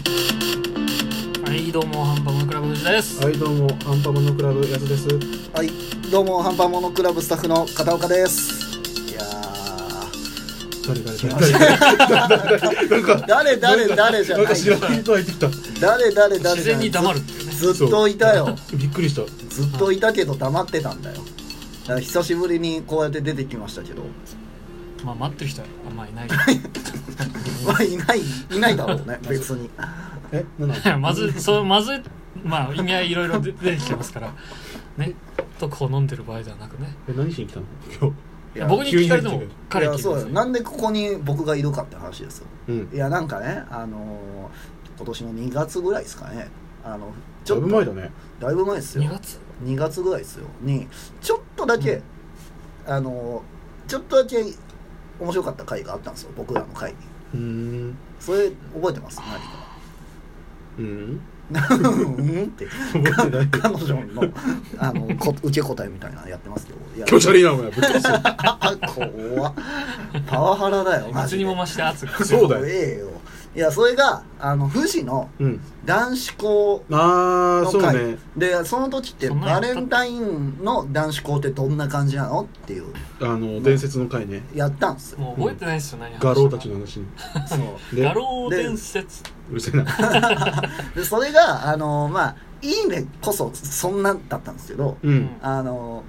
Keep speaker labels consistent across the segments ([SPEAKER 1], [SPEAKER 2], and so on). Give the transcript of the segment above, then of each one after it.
[SPEAKER 1] はいどうもハンバーグクラブ藤田です、
[SPEAKER 2] はいどうもアンパンマンのクラブやつです
[SPEAKER 3] はい、どうも、ハンパモノクラブスタッフの片岡です。いやー、
[SPEAKER 2] 誰誰誰誰誰誰なんか
[SPEAKER 3] 誰誰誰じゃ
[SPEAKER 2] なん
[SPEAKER 3] な
[SPEAKER 2] か
[SPEAKER 3] い
[SPEAKER 2] 知。らない人入ってきた
[SPEAKER 3] 誰誰誰
[SPEAKER 1] 自
[SPEAKER 3] じゃ
[SPEAKER 1] 然
[SPEAKER 3] な
[SPEAKER 1] に
[SPEAKER 3] い。
[SPEAKER 1] 黙るっていうね
[SPEAKER 3] ずっといたよ。
[SPEAKER 2] びっくりした
[SPEAKER 3] ずっといたけど黙ってたんだよ。だから久しぶりにこうやって出てきましたけど、
[SPEAKER 1] まあ待ってる人はあんまりいない
[SPEAKER 3] まあいないいないだろ うね、別に。
[SPEAKER 2] えなんなん
[SPEAKER 1] まずそうまずまあ意味合いいろいろ出てきてますからね特報飲んでる場合ではなくね
[SPEAKER 2] え何しに来たの今
[SPEAKER 3] いや
[SPEAKER 1] 僕に聞かれても
[SPEAKER 2] 急に入ってくる
[SPEAKER 3] い
[SPEAKER 1] 彼
[SPEAKER 3] や
[SPEAKER 1] 聞いて
[SPEAKER 3] そう
[SPEAKER 1] ます
[SPEAKER 3] だよ。
[SPEAKER 1] ね
[SPEAKER 3] なんでここに僕がいるかって話ですよ。
[SPEAKER 2] 日うん
[SPEAKER 3] いやなんかね、あのー今年の2月ぐらいですかね。あのち
[SPEAKER 2] だい
[SPEAKER 3] ょっ
[SPEAKER 2] ぶ
[SPEAKER 3] と
[SPEAKER 2] 前だね
[SPEAKER 3] だいぶ前ですよ。
[SPEAKER 1] 2月
[SPEAKER 3] 2月ぐらいですよにちょっとだけ、あのちょっとだけ面白かった回があったんですよ僕らの回に
[SPEAKER 2] うーん
[SPEAKER 3] それ覚えてます何
[SPEAKER 2] うん
[SPEAKER 3] かうんって
[SPEAKER 2] 覚えてない
[SPEAKER 3] 彼女のあのこ受け答えみたいなのやってますけどいや
[SPEAKER 2] 気持ち悪いなお前ぶっ飛ばす
[SPEAKER 3] あ怖っパワハラだよ
[SPEAKER 1] い
[SPEAKER 3] マ
[SPEAKER 1] つ
[SPEAKER 3] ジ
[SPEAKER 1] に
[SPEAKER 3] で
[SPEAKER 1] も増して圧が
[SPEAKER 2] そうだよ
[SPEAKER 3] 怖えよいやそれがあの富士の
[SPEAKER 2] うん
[SPEAKER 3] 男子校
[SPEAKER 2] ああ
[SPEAKER 3] の
[SPEAKER 2] そう
[SPEAKER 3] 回
[SPEAKER 2] ね
[SPEAKER 3] でその時って
[SPEAKER 1] そんなや
[SPEAKER 3] バ
[SPEAKER 1] った
[SPEAKER 3] レンタインの男子校ってどんな感じなのっていう
[SPEAKER 2] あの伝説の回ね
[SPEAKER 3] やったんですよ
[SPEAKER 1] もう覚えてないですよ何話した
[SPEAKER 2] 画
[SPEAKER 1] か
[SPEAKER 2] 廊たちの話に
[SPEAKER 3] そう
[SPEAKER 2] で
[SPEAKER 1] 画廊伝説
[SPEAKER 2] うるせえな
[SPEAKER 3] でそれがあのまあ「いいね」こそそんなんだったんですけど
[SPEAKER 2] うん
[SPEAKER 3] あの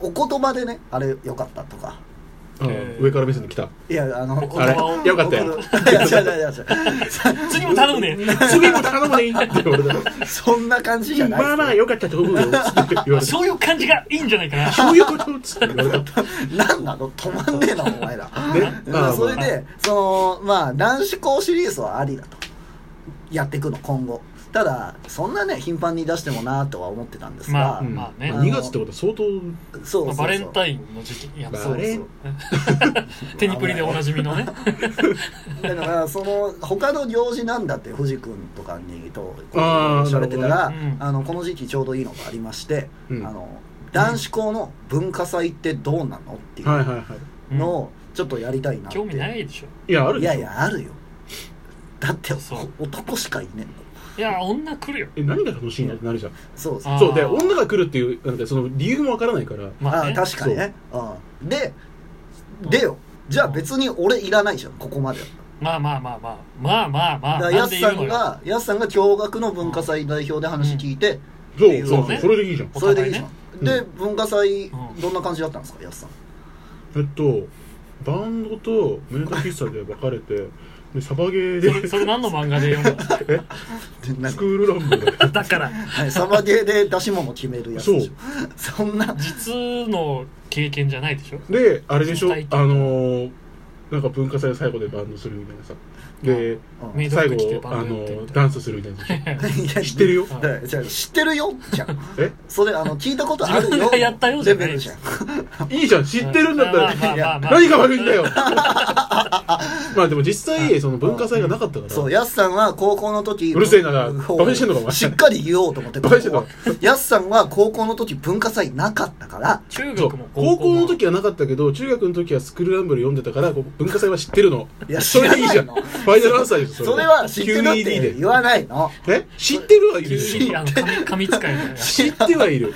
[SPEAKER 3] お言葉でねあれよかったとか
[SPEAKER 2] あー上から目線で来た
[SPEAKER 3] いやあの
[SPEAKER 1] お言葉
[SPEAKER 2] あれ
[SPEAKER 1] を
[SPEAKER 2] よかったよ
[SPEAKER 3] いや違う違う違
[SPEAKER 1] 次も頼むね
[SPEAKER 2] 次も頼むねって俺だ
[SPEAKER 3] うそんな感じじゃない
[SPEAKER 2] まあまあ良かったと思うよつって言われた
[SPEAKER 1] そういう感じがいいんじゃないかな
[SPEAKER 2] そういうことつって言われた
[SPEAKER 3] 何なの止まんねえなお前ら
[SPEAKER 2] ね
[SPEAKER 3] ま
[SPEAKER 2] あ
[SPEAKER 3] あ
[SPEAKER 2] ー
[SPEAKER 3] それ
[SPEAKER 2] まあ
[SPEAKER 3] でそのまあ男子校シリーズはありだとやっていくの今後ただそんなね頻繁に出してもなとは思ってたんですが、
[SPEAKER 1] まあ
[SPEAKER 2] うん
[SPEAKER 1] まあね
[SPEAKER 2] 2月ってことは相当
[SPEAKER 3] そう
[SPEAKER 1] まあ
[SPEAKER 3] そうそう
[SPEAKER 1] バレンタインの時期にやっ
[SPEAKER 2] バ
[SPEAKER 1] た
[SPEAKER 3] そうそう
[SPEAKER 2] レン
[SPEAKER 1] テニプリでおなじみのね
[SPEAKER 3] だからその他の行事なんだって藤君とかにと
[SPEAKER 2] あー
[SPEAKER 3] 喋ってたら、
[SPEAKER 1] なるほどねうん
[SPEAKER 3] あのこの時期ちょうどいいのがありまして、
[SPEAKER 2] うん
[SPEAKER 3] あの男子校の文化祭ってどうなのってい
[SPEAKER 2] はいうはいはい
[SPEAKER 3] のをちょっとやりたいなって、
[SPEAKER 1] 興味ないでしょ
[SPEAKER 2] いやある
[SPEAKER 3] い
[SPEAKER 2] でしょ
[SPEAKER 3] やいやあるよだって
[SPEAKER 1] そう
[SPEAKER 3] 男しかいねえの
[SPEAKER 1] いや女来るよ
[SPEAKER 2] え何が楽しいのってなるじゃん
[SPEAKER 3] そうそう
[SPEAKER 1] あー
[SPEAKER 2] そうで女が来るっていうなんかその理由もわからないから
[SPEAKER 1] まあ
[SPEAKER 3] あ
[SPEAKER 1] ね
[SPEAKER 3] ー確かにねうんででよじゃあ別に俺いらないじゃんここまで
[SPEAKER 1] まあまあまあまあまあまあま
[SPEAKER 3] だ
[SPEAKER 1] あ
[SPEAKER 3] から
[SPEAKER 1] な
[SPEAKER 3] や
[SPEAKER 1] ん
[SPEAKER 3] す
[SPEAKER 1] で
[SPEAKER 3] さ
[SPEAKER 1] 言うの
[SPEAKER 3] ん
[SPEAKER 1] よ
[SPEAKER 3] がやすさんが驚愕の文化祭代表で話聞いて、
[SPEAKER 2] そ
[SPEAKER 3] っていうう
[SPEAKER 2] そう
[SPEAKER 1] そうね
[SPEAKER 2] それでいいじゃん
[SPEAKER 1] お
[SPEAKER 3] それで
[SPEAKER 1] 互
[SPEAKER 3] い
[SPEAKER 1] い
[SPEAKER 3] い
[SPEAKER 1] ね
[SPEAKER 3] じゃん、で
[SPEAKER 2] う
[SPEAKER 3] 文化
[SPEAKER 1] う
[SPEAKER 3] 祭
[SPEAKER 1] ん
[SPEAKER 3] どんな感じだったんですかやすさん
[SPEAKER 2] えっとバンドとメンタ喫茶で別れてでサバゲー
[SPEAKER 1] そ れ
[SPEAKER 2] で
[SPEAKER 1] それ何の 漫画で読んだ
[SPEAKER 3] でなん
[SPEAKER 2] ス
[SPEAKER 3] か
[SPEAKER 2] クールランボで
[SPEAKER 1] だから
[SPEAKER 3] はいサバゲーで出し物決めるやつでしょそんな
[SPEAKER 1] 実の経験じゃないでしょ
[SPEAKER 2] であれでしょあ
[SPEAKER 1] 体験
[SPEAKER 2] のーなんか文化祭最後でバンドするみたいなさで
[SPEAKER 3] うん
[SPEAKER 1] メイド
[SPEAKER 2] 最
[SPEAKER 1] 服着て
[SPEAKER 2] 後
[SPEAKER 1] バ
[SPEAKER 2] あ
[SPEAKER 1] ンドやって
[SPEAKER 2] の
[SPEAKER 1] み
[SPEAKER 2] ー
[SPEAKER 1] たい
[SPEAKER 2] ダ
[SPEAKER 1] な
[SPEAKER 2] ンスするみたいなさ
[SPEAKER 3] いや
[SPEAKER 2] 知ってるよ
[SPEAKER 3] だからじゃあ知ってるよじゃん
[SPEAKER 2] え
[SPEAKER 3] それあの聞いたことある
[SPEAKER 1] 自分
[SPEAKER 3] よ
[SPEAKER 1] がやったよじゃ
[SPEAKER 3] レ
[SPEAKER 1] ない
[SPEAKER 3] ベルじゃん
[SPEAKER 2] いいじゃん知ってるんだったら
[SPEAKER 1] まあまあまあまあ
[SPEAKER 2] 何が悪いんだよ まあでも実際その文化祭がなかったから
[SPEAKER 3] そうやすさんは高校の時
[SPEAKER 2] うるせえなな
[SPEAKER 3] こう
[SPEAKER 2] バカにしてんのかお前
[SPEAKER 3] しっかり言おうと思って
[SPEAKER 2] バカにしてんの
[SPEAKER 3] ここはやすさんは高校の時文化祭なかったから
[SPEAKER 1] 中
[SPEAKER 2] そう
[SPEAKER 1] 学も
[SPEAKER 2] 高校の
[SPEAKER 1] も
[SPEAKER 2] 時はなかったけど中学の時はスクールランブル読んでたからこう文化祭は知ってるの
[SPEAKER 3] い や
[SPEAKER 2] それでいいじゃん
[SPEAKER 3] 知ら
[SPEAKER 2] フ
[SPEAKER 3] ないの
[SPEAKER 2] ァイナルアンサーです
[SPEAKER 3] それは知ってるっ
[SPEAKER 2] QED
[SPEAKER 3] て
[SPEAKER 2] で
[SPEAKER 3] 言わないの
[SPEAKER 2] え知ってるはいる
[SPEAKER 1] 急にあの紙紙使いのやつ
[SPEAKER 2] 知ってはいる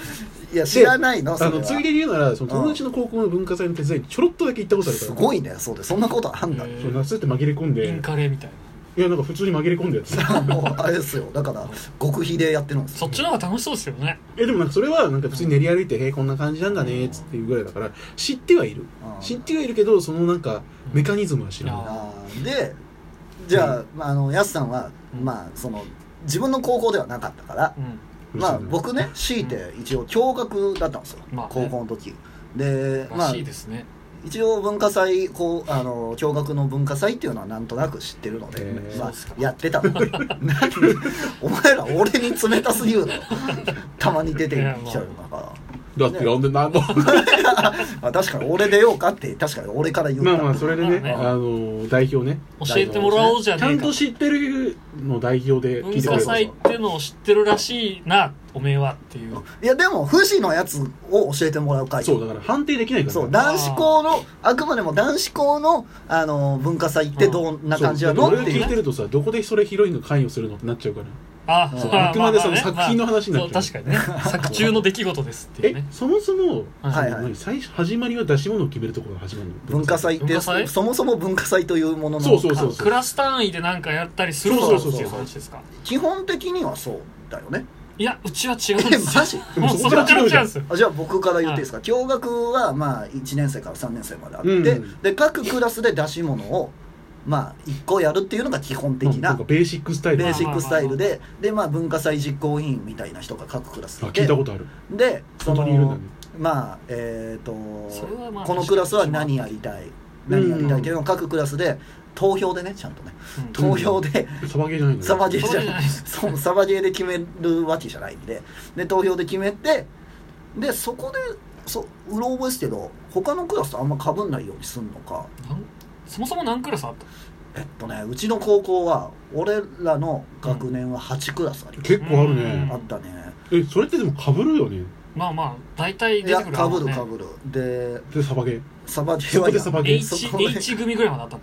[SPEAKER 3] いや知らないのそ
[SPEAKER 2] あ
[SPEAKER 3] れ
[SPEAKER 2] の
[SPEAKER 3] は
[SPEAKER 2] ついでに言うならその友達の高校の文化祭の手伝いにちょろっとだけ行ったことあるから
[SPEAKER 3] すごいねそうでそんなことあんだね
[SPEAKER 2] そう夏って紛れ込ん
[SPEAKER 1] イン
[SPEAKER 2] で
[SPEAKER 1] カレみたいない
[SPEAKER 2] やなんか普通に紛れ込んでやってた
[SPEAKER 3] もうあれですよだから極秘でやってるんです
[SPEAKER 1] そ
[SPEAKER 3] よ
[SPEAKER 1] っちの方が楽しそうですよね
[SPEAKER 2] えでもなんかそれはなんか普通に練り歩いて「へえこんな感じなんだね」っつっていうぐらいだから知ってはいる
[SPEAKER 3] うん
[SPEAKER 2] 知ってはいるけどそのなんかメカニズムは知ら
[SPEAKER 1] い
[SPEAKER 2] な
[SPEAKER 1] や
[SPEAKER 3] あーでじゃあ,、まあ、あのやすさんは、
[SPEAKER 1] うん
[SPEAKER 3] まあその自分の高校ではなかったから
[SPEAKER 1] う、ん
[SPEAKER 2] い
[SPEAKER 3] まあ僕ね強いて一応共学だったんですよ、
[SPEAKER 1] まあね
[SPEAKER 3] 高校の時でま
[SPEAKER 1] ら
[SPEAKER 3] あ
[SPEAKER 1] しいですね
[SPEAKER 3] 一応文化祭こうあの共学の文化祭っていうのはなんとなく知ってるので、
[SPEAKER 2] へー
[SPEAKER 3] ま
[SPEAKER 1] そうっすか
[SPEAKER 3] あ、やってたの でな んでお前ら俺に冷たすぎるのたまに出てきちゃうのだから。
[SPEAKER 2] だって呼んでなんも
[SPEAKER 3] あ確かに俺出ようかって確かに俺から言った
[SPEAKER 2] まあまあそれでね、
[SPEAKER 1] ま
[SPEAKER 2] あの代表ね
[SPEAKER 1] 教えてもらおうじゃ
[SPEAKER 2] ち
[SPEAKER 1] ね
[SPEAKER 2] ゃ
[SPEAKER 1] え
[SPEAKER 2] ん
[SPEAKER 1] か
[SPEAKER 2] と知ってるの代表で聞
[SPEAKER 1] 文
[SPEAKER 2] いてくれ
[SPEAKER 1] 化
[SPEAKER 2] る
[SPEAKER 1] 祭ってのを知ってるらしいなおめえはっていう
[SPEAKER 3] いやでも富士のやつを教えてもらう会
[SPEAKER 2] そうだから判定できないから
[SPEAKER 3] そう男子校のあくまでも男子校のあの文化祭ってどんな感じなの
[SPEAKER 2] そうだっ
[SPEAKER 3] っ
[SPEAKER 2] てて俺
[SPEAKER 3] い
[SPEAKER 2] が聞いうてるとさどこでそれヒロインが関与するのってなっちゃうから
[SPEAKER 1] あ
[SPEAKER 3] うん
[SPEAKER 1] そうま
[SPEAKER 2] あくまでその
[SPEAKER 1] ああ
[SPEAKER 2] 作品の話になっちゃう
[SPEAKER 1] まあそう確かにね作中の出来事ですっていう
[SPEAKER 2] え
[SPEAKER 1] ね
[SPEAKER 2] そもそも
[SPEAKER 1] うん
[SPEAKER 3] はい
[SPEAKER 2] 何最初始まりは出し物を決めるところが始まるの
[SPEAKER 3] 文化祭っ
[SPEAKER 1] 文
[SPEAKER 3] て
[SPEAKER 1] 化祭
[SPEAKER 3] そそもそも文化祭というものの
[SPEAKER 2] そうそうそう
[SPEAKER 1] あクラス単位でなんかやったりするの
[SPEAKER 2] そう
[SPEAKER 1] っ
[SPEAKER 2] そ
[SPEAKER 1] て
[SPEAKER 2] うそう
[SPEAKER 1] いう話ですか
[SPEAKER 3] 基本的にはそう だよね
[SPEAKER 1] いやうちは違うん
[SPEAKER 3] え
[SPEAKER 1] です
[SPEAKER 3] マ
[SPEAKER 1] よ
[SPEAKER 3] ジ
[SPEAKER 1] もうそっから違うんですよ
[SPEAKER 3] あじゃあ僕から言っていいですか共学はまあ1年生から3年生まであって、
[SPEAKER 2] うん
[SPEAKER 3] で各クラスで出し物をまあ1個やるっていうのが基本的
[SPEAKER 2] な
[SPEAKER 3] なん
[SPEAKER 2] かベーシックスタイル
[SPEAKER 3] ベ
[SPEAKER 2] だ
[SPEAKER 3] ーシックスタイルででまあ文化祭実行委員みたいな人が各クラス
[SPEAKER 2] あ
[SPEAKER 3] い
[SPEAKER 2] 聞い
[SPEAKER 3] て
[SPEAKER 2] たことある
[SPEAKER 3] でそ
[SPEAKER 2] 本当
[SPEAKER 3] の
[SPEAKER 2] にいるんだね
[SPEAKER 3] まあえっ、と
[SPEAKER 1] それはまあ
[SPEAKER 3] このクラスは何やりたい何やりたいっていうのを各クラスで投票でねちゃんとね
[SPEAKER 1] うん
[SPEAKER 3] 投票で、
[SPEAKER 2] サバゲーじゃないんだね
[SPEAKER 3] サバゲー
[SPEAKER 1] そう
[SPEAKER 3] じ
[SPEAKER 1] じ
[SPEAKER 3] ゃ
[SPEAKER 1] ゃ
[SPEAKER 3] な
[SPEAKER 1] ないいです
[SPEAKER 3] そうサバゲーで決めるわけじゃないんでで投票で決めてでそこでそううろ覚えですけど他のクラスとあんまかぶんないようにすんのか
[SPEAKER 1] なんそもそも何クラスあった
[SPEAKER 3] えっとねうちの高校は俺らの学年は8クラスあります、
[SPEAKER 2] 結構あるね
[SPEAKER 3] あったね
[SPEAKER 2] えそれってでもかぶるよね
[SPEAKER 1] まあまあ大体
[SPEAKER 3] い
[SPEAKER 1] 出
[SPEAKER 3] や
[SPEAKER 1] てくる
[SPEAKER 3] かぶるか
[SPEAKER 1] る
[SPEAKER 3] ぶるで
[SPEAKER 2] でサバゲー
[SPEAKER 3] サバゲー
[SPEAKER 2] そこ
[SPEAKER 3] はや
[SPEAKER 2] でサバゲー
[SPEAKER 3] そ
[SPEAKER 1] H,
[SPEAKER 3] こ
[SPEAKER 1] H 組ぐらいまであったの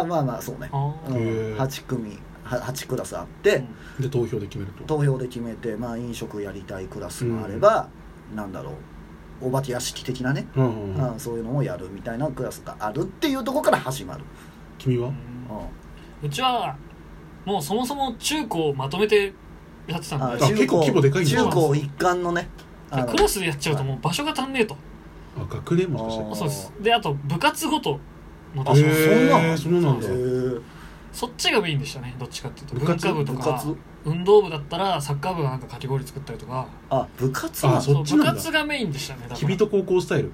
[SPEAKER 3] あまあまあそうね、
[SPEAKER 1] あ
[SPEAKER 3] う
[SPEAKER 1] ー
[SPEAKER 2] へー
[SPEAKER 3] ん、8組は8クラスあって、
[SPEAKER 1] うん
[SPEAKER 2] で投票で決めると
[SPEAKER 3] 投票で決めて、まあ、飲食やりたいクラスもあれば、なんだろうお化け屋敷的なね、
[SPEAKER 2] うんうんうん
[SPEAKER 3] うんそういうのをやるみたいなクラスがあるっていうところから始まる、
[SPEAKER 2] 君
[SPEAKER 1] う
[SPEAKER 2] は
[SPEAKER 1] ん
[SPEAKER 3] うん
[SPEAKER 1] うちはもうそもそも中高まとめてやってたんで
[SPEAKER 2] あ結構規模でかいんだ
[SPEAKER 3] 中高一貫のねあの
[SPEAKER 1] クラスでやっちゃうともう場所が足んねえと
[SPEAKER 2] あ学年もし
[SPEAKER 3] あー
[SPEAKER 2] か
[SPEAKER 1] そうですであと部活ごとの場
[SPEAKER 2] し
[SPEAKER 1] 所
[SPEAKER 2] てへえ
[SPEAKER 3] そ
[SPEAKER 2] そうなん
[SPEAKER 3] へ
[SPEAKER 2] だ
[SPEAKER 3] ー
[SPEAKER 1] そっちがメインでしたねどっちかっていうと
[SPEAKER 2] 部
[SPEAKER 1] 文
[SPEAKER 2] 活
[SPEAKER 1] 化部と
[SPEAKER 3] 部
[SPEAKER 1] か
[SPEAKER 3] 活
[SPEAKER 1] 運動部だったらサッカー部がなんかかき氷作ったりとか
[SPEAKER 3] あ部活なん
[SPEAKER 2] あ
[SPEAKER 3] だ
[SPEAKER 2] そっち
[SPEAKER 1] う部
[SPEAKER 2] なんだ
[SPEAKER 1] 活がメインでしたねだから
[SPEAKER 2] 日々と高校スタイル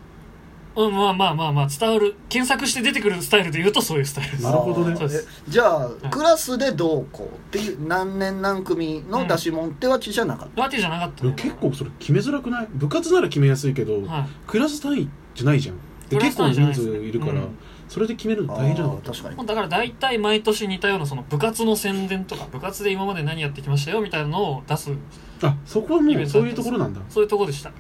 [SPEAKER 1] うんまあまあまあまあ伝わる検索して出てくるスタイルで言うとそういうスタイルです
[SPEAKER 2] なるほどね
[SPEAKER 3] あー
[SPEAKER 1] そうです
[SPEAKER 3] えじゃあ
[SPEAKER 1] い
[SPEAKER 3] クラスでどうこうっていう何年何組の出し物ってわけじゃなかった、
[SPEAKER 1] わけじゃなかった
[SPEAKER 2] で
[SPEAKER 1] ね
[SPEAKER 2] も結構それ決めづらくない部活なら決めやすいけど
[SPEAKER 1] はい
[SPEAKER 2] クラス単位じゃないじゃん
[SPEAKER 1] ク
[SPEAKER 2] で
[SPEAKER 1] ラス
[SPEAKER 2] 結構
[SPEAKER 1] 単位じゃな
[SPEAKER 2] 人
[SPEAKER 1] い
[SPEAKER 2] 数いるから、
[SPEAKER 1] うん
[SPEAKER 2] それで決めるの
[SPEAKER 3] あ
[SPEAKER 2] 大変じゃなか
[SPEAKER 3] ー
[SPEAKER 2] った
[SPEAKER 3] 確かに
[SPEAKER 1] もうだから大体毎年似たようなその部活の宣伝とか部活で今まで何やってきましたよみたいなのを出す
[SPEAKER 2] あそこはも
[SPEAKER 1] イベ
[SPEAKER 2] う
[SPEAKER 1] ント
[SPEAKER 2] そ
[SPEAKER 1] だ
[SPEAKER 2] う
[SPEAKER 1] ったんです
[SPEAKER 2] いうところなんだ
[SPEAKER 1] そういうとこでした
[SPEAKER 3] へ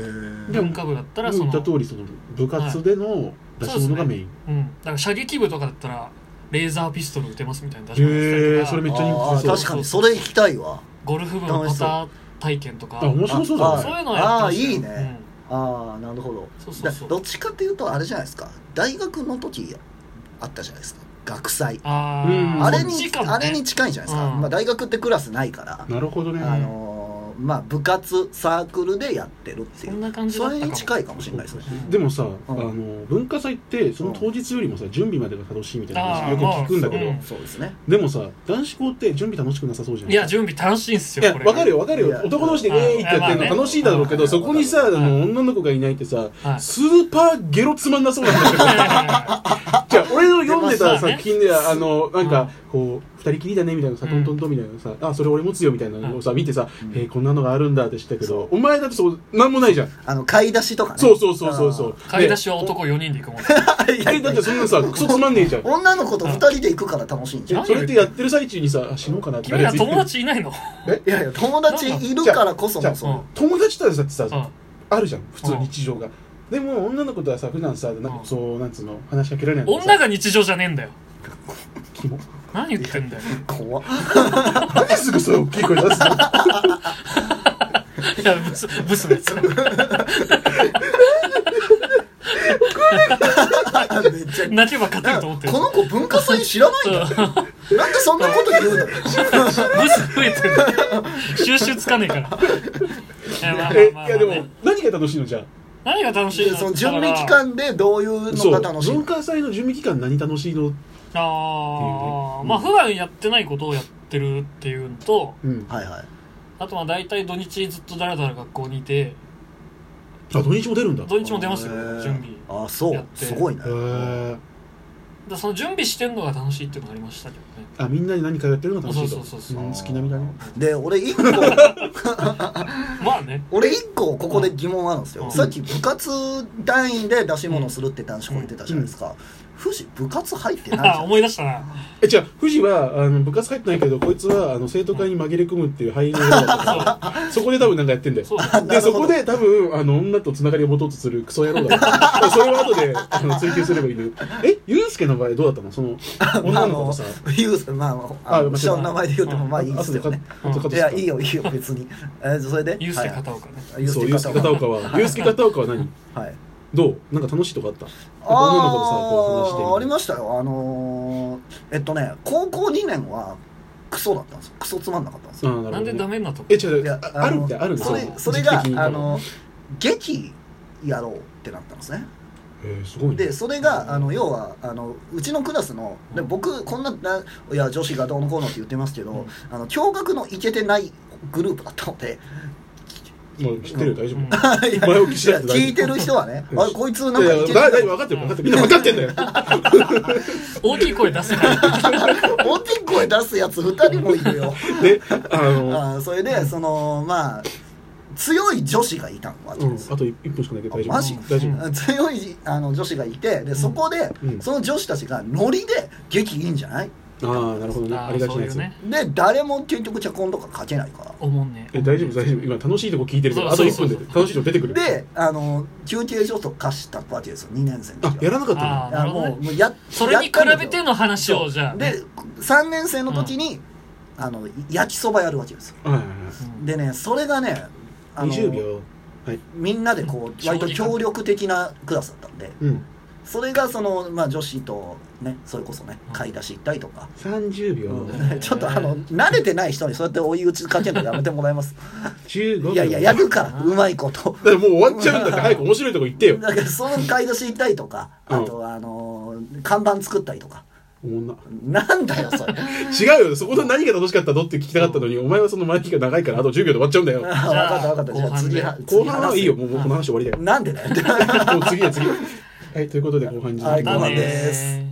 [SPEAKER 3] ー
[SPEAKER 2] でも
[SPEAKER 1] 文化部だったらそ
[SPEAKER 2] 言っ
[SPEAKER 1] の
[SPEAKER 2] た通りその部活での出し物がメイン、
[SPEAKER 1] うん、だから射撃部とかだったらレーザーピストル撃てますみたいな出し物したり
[SPEAKER 2] へ
[SPEAKER 1] と
[SPEAKER 2] え
[SPEAKER 1] か
[SPEAKER 2] それめっちゃ
[SPEAKER 3] あ
[SPEAKER 2] 人気
[SPEAKER 3] ー
[SPEAKER 2] 出
[SPEAKER 3] 確
[SPEAKER 2] そう
[SPEAKER 3] かにそれ行きたいわ
[SPEAKER 1] ゴルフ部のパター体験とか
[SPEAKER 2] あ面白そうだ
[SPEAKER 3] あ
[SPEAKER 2] ね
[SPEAKER 1] そういうのをやってましたよ
[SPEAKER 3] あーいいねああなるほど
[SPEAKER 1] うん、そうそうそ
[SPEAKER 3] だど
[SPEAKER 1] う
[SPEAKER 3] っちかっていうとあれじゃないですか大学の時あったじゃないですか学祭
[SPEAKER 1] あ
[SPEAKER 2] うん
[SPEAKER 1] ー
[SPEAKER 3] あれに
[SPEAKER 1] そっちかもね
[SPEAKER 3] あれに近いじゃないですか、
[SPEAKER 1] うん
[SPEAKER 3] まあ、大学ってクラスないから、
[SPEAKER 2] なるほどね
[SPEAKER 3] あのーまあ、部活サークルでやってるってい
[SPEAKER 1] そん
[SPEAKER 3] う
[SPEAKER 1] な感じだ
[SPEAKER 3] そ
[SPEAKER 1] った
[SPEAKER 3] れ
[SPEAKER 1] か
[SPEAKER 3] に
[SPEAKER 1] も
[SPEAKER 3] 近いかもしれないですね
[SPEAKER 1] うん
[SPEAKER 2] でもさ、あの文化祭ってその当日よりもさ準備までが楽しいみたいな
[SPEAKER 1] あ
[SPEAKER 2] 話
[SPEAKER 1] ー
[SPEAKER 2] よく聞くんだけど、
[SPEAKER 1] まあうん
[SPEAKER 3] そうですね
[SPEAKER 2] でもさ男子校って準備楽しくなさそうじゃん
[SPEAKER 1] いや準備楽しいんす
[SPEAKER 2] いや
[SPEAKER 1] よこれ
[SPEAKER 2] わかるよわかる
[SPEAKER 3] い
[SPEAKER 2] よ
[SPEAKER 3] や
[SPEAKER 2] 男同士で
[SPEAKER 1] うん
[SPEAKER 2] えーイってやって
[SPEAKER 1] いやま
[SPEAKER 2] る
[SPEAKER 1] あ
[SPEAKER 2] の
[SPEAKER 1] ね
[SPEAKER 2] 楽しいだろうけ
[SPEAKER 3] う
[SPEAKER 2] ど
[SPEAKER 3] ん
[SPEAKER 2] そこにさあ
[SPEAKER 1] うん
[SPEAKER 2] の女の子がいないってさ
[SPEAKER 1] はい
[SPEAKER 2] スーパーゲロつまんなそうなんだけ どじゃあ俺の読んでた作品であのなん
[SPEAKER 1] うん
[SPEAKER 2] かこう二人きりだねみたいなさトントントンみたいなさあそれ俺持つよみたいなのをさ見てさ
[SPEAKER 3] うん
[SPEAKER 2] えーこんなのがあるんだって知ったけ
[SPEAKER 3] そう
[SPEAKER 2] どお前だってそうなんもないじゃん
[SPEAKER 3] あの買い出しとかね
[SPEAKER 2] そうそうそうそうそう
[SPEAKER 1] 買い出
[SPEAKER 2] し
[SPEAKER 1] しは男4人で行くもん
[SPEAKER 2] えだってそんなのさクソつまんねえじゃん
[SPEAKER 3] 女の子と二人で行くから楽しいんじゃん
[SPEAKER 2] えそれってやってる最中にさあ死のうかなってな
[SPEAKER 1] 君
[SPEAKER 2] るや
[SPEAKER 1] ら
[SPEAKER 2] つ
[SPEAKER 1] 友達いないの
[SPEAKER 2] え
[SPEAKER 3] いやいや友達いるからこそ
[SPEAKER 2] じゃ
[SPEAKER 3] の
[SPEAKER 2] あ
[SPEAKER 3] その
[SPEAKER 2] 友達とはさってさ
[SPEAKER 1] うん
[SPEAKER 2] あるじゃん普通日常がでも女の子とはさ普段さなんかそうなんつうの話しかけられないのさ
[SPEAKER 1] 女が日常じゃねえんだよ
[SPEAKER 2] キモ
[SPEAKER 1] 何言ってんだよ
[SPEAKER 3] 怖っ
[SPEAKER 2] 何すぐそれ大きい声出すの
[SPEAKER 1] いやブスブスのやつ
[SPEAKER 3] めっ ちゃ
[SPEAKER 1] 泣けば勝てると思ってる
[SPEAKER 3] この子文化祭知らないんだなんでそんなこと言うの
[SPEAKER 1] ブス増えてる収集つかねえからいやまあまあ
[SPEAKER 2] え
[SPEAKER 1] まあまあね
[SPEAKER 2] いやでも何が楽しいのじゃあ
[SPEAKER 1] 何が楽しい
[SPEAKER 3] で
[SPEAKER 1] の
[SPEAKER 3] その準備期間でどういうの
[SPEAKER 2] そ
[SPEAKER 3] が
[SPEAKER 2] う
[SPEAKER 3] 楽しい
[SPEAKER 2] 文
[SPEAKER 3] の
[SPEAKER 2] 化祭の準備期間何楽しいの
[SPEAKER 1] ああ、
[SPEAKER 2] うん
[SPEAKER 1] まあ普段やってないことをやってるっていうのと
[SPEAKER 2] うんあ
[SPEAKER 3] はいはい
[SPEAKER 1] あとまあ大体土日ずっとだらだら学校にいて
[SPEAKER 2] 土日も出るんだへ
[SPEAKER 1] 土日も出ますよ
[SPEAKER 3] へー
[SPEAKER 1] 準備
[SPEAKER 3] あそう
[SPEAKER 1] やって
[SPEAKER 3] すごいね
[SPEAKER 2] え
[SPEAKER 1] だその準備してるのが楽しいっていうのがありましたけどね
[SPEAKER 2] あみんなに何かやってるのが楽しい
[SPEAKER 1] そう
[SPEAKER 2] と
[SPEAKER 1] そうそうそうん
[SPEAKER 2] 好きなみだね
[SPEAKER 3] で俺一個
[SPEAKER 1] まあね
[SPEAKER 3] 俺一個ここで疑問あるんですよ、
[SPEAKER 1] うん
[SPEAKER 3] さっき部活単位で出し物するって男子校言ってたじゃないですか、富士部活入ってないじ
[SPEAKER 1] あ
[SPEAKER 3] ゃん
[SPEAKER 1] 思い出したな
[SPEAKER 2] え違う富士はあの部活入ってないけどこいつはあの生徒会に紛れ込むっていう俳優の方だったからそこで多分なんかやってんだよ
[SPEAKER 1] そうだ
[SPEAKER 3] な
[SPEAKER 2] で
[SPEAKER 3] るほ
[SPEAKER 2] そ
[SPEAKER 3] ど
[SPEAKER 2] こで多分あの女とつながりを持とうとするクソ野郎だから それは後であの追求すればいいんだけどえゆうすけの場合どうだったのその女の子とさ
[SPEAKER 3] ユウさんまあまああ
[SPEAKER 2] あ間違え
[SPEAKER 3] の
[SPEAKER 2] た
[SPEAKER 3] 下の名前で言ってもまあいいで
[SPEAKER 2] 後
[SPEAKER 3] す
[SPEAKER 2] で
[SPEAKER 3] よ
[SPEAKER 2] カ
[SPEAKER 3] ね
[SPEAKER 2] 後でカット
[SPEAKER 3] い
[SPEAKER 2] する
[SPEAKER 3] やいいよいいよ別にえーそれで
[SPEAKER 1] ユースケ片岡ね
[SPEAKER 3] はい
[SPEAKER 2] そうゆうすけ片岡はゆうすけ片 岡は何
[SPEAKER 3] はい
[SPEAKER 2] どうなんか楽しいとこあった女の子とさこう話してみ
[SPEAKER 3] あ
[SPEAKER 2] て
[SPEAKER 3] あありましたよあのーえっとね高校2年はクソだったんですよクソつまんなかったんです
[SPEAKER 2] あ
[SPEAKER 3] よ
[SPEAKER 2] ーなるほどね
[SPEAKER 1] なんでダメになったの
[SPEAKER 2] え違う違
[SPEAKER 3] いうや
[SPEAKER 2] あ
[SPEAKER 3] の
[SPEAKER 2] あるってあるんだ
[SPEAKER 3] それ
[SPEAKER 1] よ
[SPEAKER 3] それが
[SPEAKER 2] 時期的に
[SPEAKER 3] あの劇やろうってなったんですね
[SPEAKER 2] えーすごいね
[SPEAKER 3] でそれがあの要はあのうちのクラスので僕こんなないや女子がどうのこうのって言ってますけど、
[SPEAKER 1] うん
[SPEAKER 3] あの驚愕のイケてないグループだったので
[SPEAKER 2] もう知ってるよ大丈
[SPEAKER 1] うん
[SPEAKER 2] 夫
[SPEAKER 3] いや
[SPEAKER 2] 前置きしなくて大丈夫、
[SPEAKER 3] 聞いてる人はね
[SPEAKER 2] よ
[SPEAKER 3] あ
[SPEAKER 2] し
[SPEAKER 3] こいつなん
[SPEAKER 2] い
[SPEAKER 3] か
[SPEAKER 2] やい
[SPEAKER 3] い
[SPEAKER 2] や
[SPEAKER 3] け
[SPEAKER 2] 大丈
[SPEAKER 3] て
[SPEAKER 2] 夫分かってる分かってるみんな分かってんだよ
[SPEAKER 1] 大きい声出すから
[SPEAKER 3] 大きい声出すやつ2人もいるよ。
[SPEAKER 2] であの
[SPEAKER 3] あーそれで、その、まあ、強い女子がいたわけ
[SPEAKER 2] うん
[SPEAKER 3] ですよ。
[SPEAKER 2] あと1分しかないけど大丈夫
[SPEAKER 3] あマジ
[SPEAKER 2] 大丈夫
[SPEAKER 1] う
[SPEAKER 3] 強いあの女子がいてでそこで、
[SPEAKER 2] うん
[SPEAKER 3] その女子たちがノリで劇いいんじゃない
[SPEAKER 2] ああなるほどねあ
[SPEAKER 1] あ
[SPEAKER 2] り
[SPEAKER 1] ー
[SPEAKER 2] がち
[SPEAKER 1] そう
[SPEAKER 2] な
[SPEAKER 1] いう
[SPEAKER 2] やつ
[SPEAKER 1] ね
[SPEAKER 3] で誰も結局脚本とか書けないから
[SPEAKER 1] おもんね
[SPEAKER 2] え大丈夫大丈夫今楽しいとこ聞いてるけどあ
[SPEAKER 1] そ
[SPEAKER 2] と
[SPEAKER 1] う
[SPEAKER 2] 1
[SPEAKER 1] そう
[SPEAKER 2] 分
[SPEAKER 1] そ
[SPEAKER 2] で
[SPEAKER 1] う
[SPEAKER 2] 楽しいとこ出てくる
[SPEAKER 3] であの休憩所とかしたわけですよ2年生の
[SPEAKER 2] あ
[SPEAKER 3] 時
[SPEAKER 2] や
[SPEAKER 3] は
[SPEAKER 2] らなかった
[SPEAKER 1] あーな
[SPEAKER 3] あ
[SPEAKER 1] るほどね
[SPEAKER 3] もうもうや
[SPEAKER 1] それに比べて
[SPEAKER 3] やっ
[SPEAKER 1] の話
[SPEAKER 3] そ
[SPEAKER 1] を
[SPEAKER 3] う
[SPEAKER 1] じゃあね
[SPEAKER 3] で3年生の時に、あの焼きそばやるわけですよ
[SPEAKER 2] のはいはいはい
[SPEAKER 1] うん
[SPEAKER 3] でねそれがねあの
[SPEAKER 2] 20秒
[SPEAKER 3] みんなでこう
[SPEAKER 1] 将棋
[SPEAKER 3] 割と協力的なクラスだったんで
[SPEAKER 2] うん
[SPEAKER 3] それがその、まあ、女子とねそれこそね
[SPEAKER 1] うん
[SPEAKER 3] 買い出し行ったりとか、
[SPEAKER 2] 30秒
[SPEAKER 1] うん
[SPEAKER 3] ちょっとあの慣れてない人にそうやって追い打ちかけるのやめてもら えます
[SPEAKER 2] 15秒
[SPEAKER 3] いやいややるからうまいこと
[SPEAKER 2] だからもう終わっちゃうんだって早く面白いとこ行ってよ
[SPEAKER 3] だからその買い出し行ったりとか
[SPEAKER 2] うん
[SPEAKER 3] あとあのー看板作ったりとか
[SPEAKER 2] おもんな
[SPEAKER 3] なんだよそ れ
[SPEAKER 2] 違うよそこの何が楽しかったのって聞きたかったのにお前はその前置きが長いからあと10秒で終わっちゃうんだよ
[SPEAKER 3] 分かった 分かったじゃあ次は
[SPEAKER 2] 後半はいいよ
[SPEAKER 3] 次
[SPEAKER 2] も
[SPEAKER 3] 話
[SPEAKER 2] うもうこの話終わりだよ
[SPEAKER 3] すなんでだよ
[SPEAKER 2] もう次は次はいということで後半に
[SPEAKER 3] はい
[SPEAKER 1] また
[SPEAKER 3] 後半
[SPEAKER 1] ね
[SPEAKER 3] です